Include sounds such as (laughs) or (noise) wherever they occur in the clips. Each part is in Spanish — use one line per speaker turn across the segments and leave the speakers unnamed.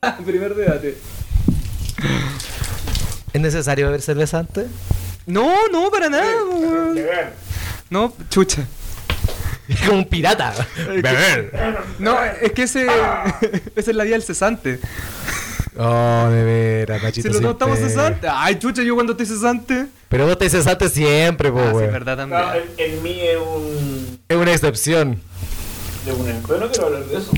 (laughs) Primer debate.
¿Es necesario beber cerveza antes? (laughs)
No, no, para
Eh,
nada, weón. No, chucha.
Es como un pirata.
(laughs)
Beber.
No,
Ah.
es que ese. (laughs) esa es la vía del cesante.
Oh, de veras,
Si
Nachito.
los dos estamos
siempre.
cesante. Ay, chucha, yo cuando estoy cesante.
Pero vos te cesaste siempre, po,
Ah, sí,
Oh, weón.
es verdad también.
No, en, en mí es un.
Es una excepción.
de un. Pero no quiero hablar de eso.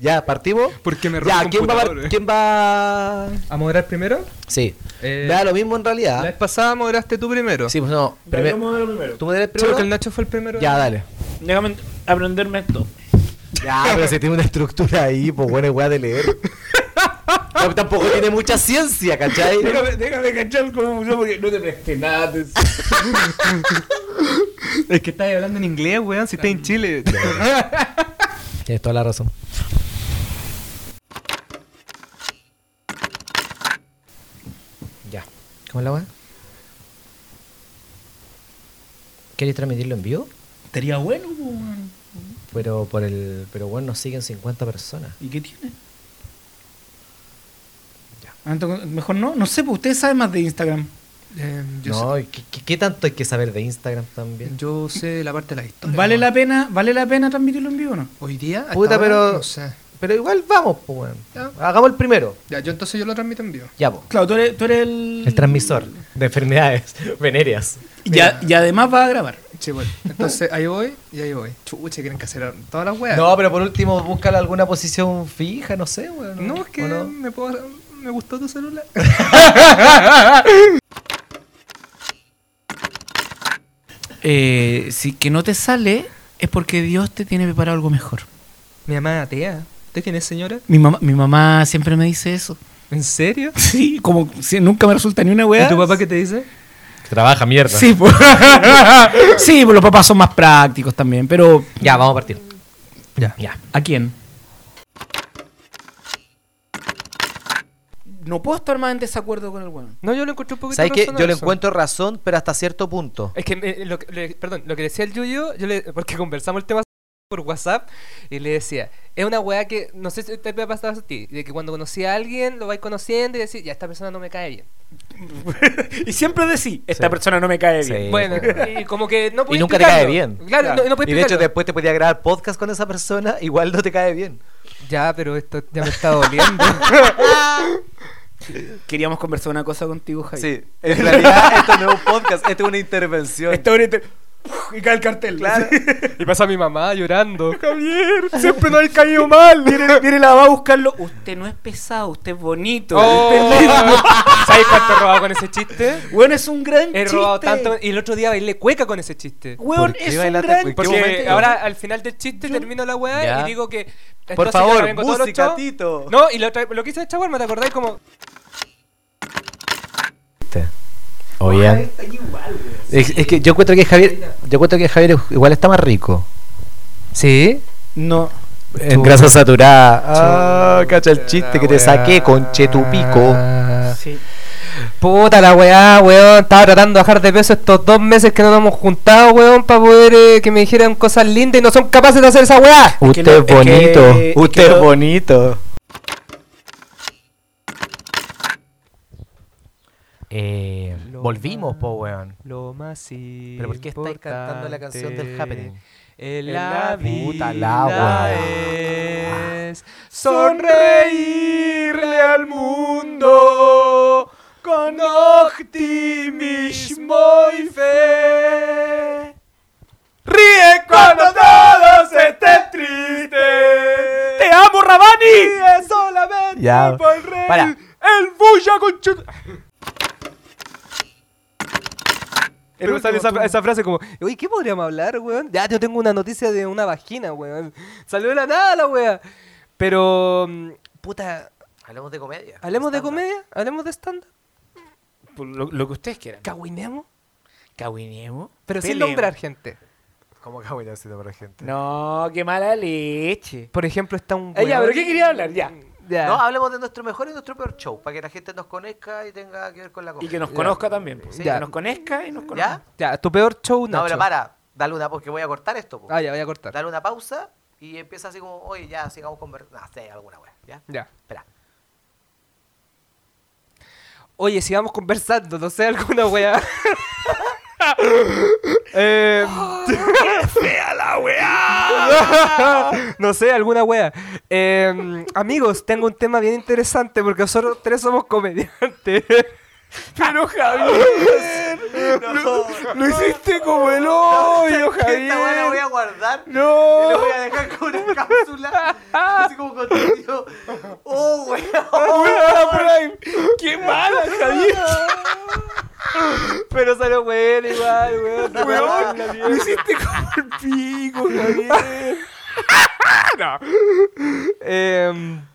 ¿Ya partimos?
Porque me robó
Ya,
el
¿quién va, a par-
computador, eh.
¿quién va...?
¿A moderar primero?
Sí.
Eh,
da lo mismo en
La
realidad.
vez pasada moderaste tú primero.
¿Ah? Sí, pues no. primer-
Vamos a ver primero.
¿Tú me eres
Sí, porque el
primero?
Nacho fue el primero.
Ya, dale.
Déjame aprenderme esto.
Ya, pero si tiene una estructura ahí, pues bueno, es weá de
(laughs)
leer. No, tampoco tiene mucha ciencia, ¿cachai?
Déjame, déjame cachar cómo funciona porque no te presté nada atención.
Es que estás hablando en inglés, weón, si estás en
(laughs)
Chile.
Tienes toda la razón. Ya. ¿Cómo es la weá? ¿Queréis transmitirlo en vivo?
Estaría bueno, po, weón.
Pero por el. Pero bueno, nos siguen 50 personas.
¿Y qué tiene? Ah, entonces, Mejor no, no sé, pues ustedes saben más de Instagram.
Eh, yo,
no, ¿y ¿qué, qué, qué tanto hay que saber de Instagram
sé,
también?
yo sé la parte de la historia.
¿Vale
¿no?
la pena vale la pena transmitirlo en vivo o no?
Hoy día. hasta
Puta,
ahora,
pero-
No sé.
Pero igual vamos, pues weón.
Ya.
Hagamos el primero.
Ya, yo entonces yo lo transmito en vivo.
Ya, po.
Claro, tú eres, tú eres el...
El transmisor de enfermedades (laughs) venéreas.
Y, a- y además va a grabar.
Sí, bueno. Entonces ahí voy y ahí voy. Chucha, quieren que hacer todas las weas.
No, pero por último, búscale alguna posición fija, no sé, weón.
No, es que
¿O no?
me puedo. Me gustó tu
(laughs)
celular.
Eh, si que no te sale es porque Dios te tiene preparado algo mejor.
Mi mamá es atea. ¿Usted quién es, señora?
Mi mamá, mi mamá siempre me dice eso.
¿En serio?
(laughs) Sí, como si nunca me resulta ni una
¿Y
weá.
tu papá qué te dice?
Trabaja mierda.
Sí, pues. (laughs) sí, pues los papás son más prácticos también, pero
Ya, vamos a partir.
Ya.
Ya.
¿a quién? No puedo estar más en desacuerdo con el weón.
No, yo lo encuentro un poquito
¿Sabes qué? Yo le
razonable.
encuentro razón, pero hasta cierto punto.
Es que, eh, lo, que- le- perdón, lo que decía el Yuyo, yo le, porque conversamos el tema por WhatsApp y le decía, es una weá que, no sé si te ha pasado a ti, de que cuando conocí a alguien lo vais conociendo y decís, ya esta persona no me cae bien.
Y siempre decís, esta
Sí.
persona no me cae
Sí.
bien.
bueno,
pues.
y como que no
(laughs) Y
podía
nunca te cae
explicarlo.
bien.
Eh, Claro, No, no podía
y de hecho,
explicarlo.
después te podía grabar podcast con esa persona, igual no te cae bien.
Ya, pero esto ya me está doliendo.
(laughs) Queríamos conversar una cosa contigo, Javi.
Sí. En realidad, esto no es un podcast, esto es una intervención.
Está bonito. Y cae el cartel.
Claro.
y pasa mi mamá llorando. (laughs)
Javier, siempre nos has caído mal. Viene, viene la va a buscarlo. Usted no es pesado, usted es bonito.
(laughs) Oh, ¿Sabes cuánto he robado con ese chiste?
Weón, es un gran
He
chiste.
robado tanto y el otro día bailé cueca con ese chiste.
Weón,
¿Por qué
es un
bailaste
gran
cueca?
Porque
¿Qué momento?
ahora al final del chiste termino la weá
Ya.
y digo que.
Por
entonces
favor,
ahora vengo todos los
música,
chavos-
Tito.
No, y la otra- lo que hice de chaguarma, ¿te acordáis? Como.
Oye. Oh, Es, es que yo encuentro que Javier, yo encuentro que Javier igual está más rico.
Sí.
No.
En grasa saturada. Ah, cacha el chiste que te saqué, conche tu pico.
Sí.
Puta la weá, weón. Estaba tratando de bajar de peso estos dos meses que no nos hemos juntado, weón, para poder eh, que me dijeran cosas lindas y no son capaces de hacer esa weá.
Usted
lo-
es
es que-
bonito.
es que
Usted es
lo-
bonito. Eh, volvimos, po, weón.
Lo más
¿Pero por qué estáis cantando la canción del Happening?
En la
la Puta
vida
Ah. la weá.
es sonreírle al mundo con optimismo y fe. Ríe cuando todos estén tristes. Te amo, Rabani. Ríe solamente
Ya.
por el rey.
Para.
El bulla con chut.
Pero
Pero sale
último,
esa,
tú.
esa frase como, uy, ¿qué podríamos hablar, weón? Ya, yo tengo una noticia de una vagina, weón. Salió de la nada la wea. Pero, mm, puta,
Hablemos de comedia.
¿hablemos de comedia? ¿Hablemos de stand-up?
Lo, lo que ustedes quieran.
¿Caguinemos?
Caguinemos.
Pero sin
peleemos.
nombrar gente.
¿Cómo cabrón ha sido para gente?
No, qué mala leche.
Por ejemplo, está un
Ah, ya,
weón-
pero ¿qué quería hablar? Ya.
Ya.
No, hablemos de nuestro mejor y nuestro peor show, para que la gente nos conozca y tenga que ver con la
Y
comedia.
que nos conozca también. pues.
Sí.
Que nos conozca y nos conozca.
¿Ya?
Ya, tu peor show,
No,
Nacho.
pero para, dale una, porque voy a cortar esto. po.
Ah, ya, voy a cortar.
Dale una pausa Y empieza así como, oye, ya sigamos conversando. No sé, alguna wea, ¿ya?
Ya.
Espera.
Oye, sigamos conversando, no sé, alguna (laughs) wea. (laughs) eh,
¡Fea la wea!
(laughs) no sé, alguna wea. Eh, amigos, tengo un tema bien interesante porque nosotros tres somos comediantes. (laughs) Pero (laughs) Javier,
No,
lo hiciste como el hoyo,
(laughs) Esta wea la voy a
Javier.
guardar. Y
(laughs)
lo
No.
voy a dejar con una cápsula. Así como contenido. ¡Oh, wea!
¡Ultra Prime! ¡Qué mala, Javier! Pero salió bueno igual, weón. No,
Weón,
lo hiciste como el (laughs) pico, Javier. no. Em,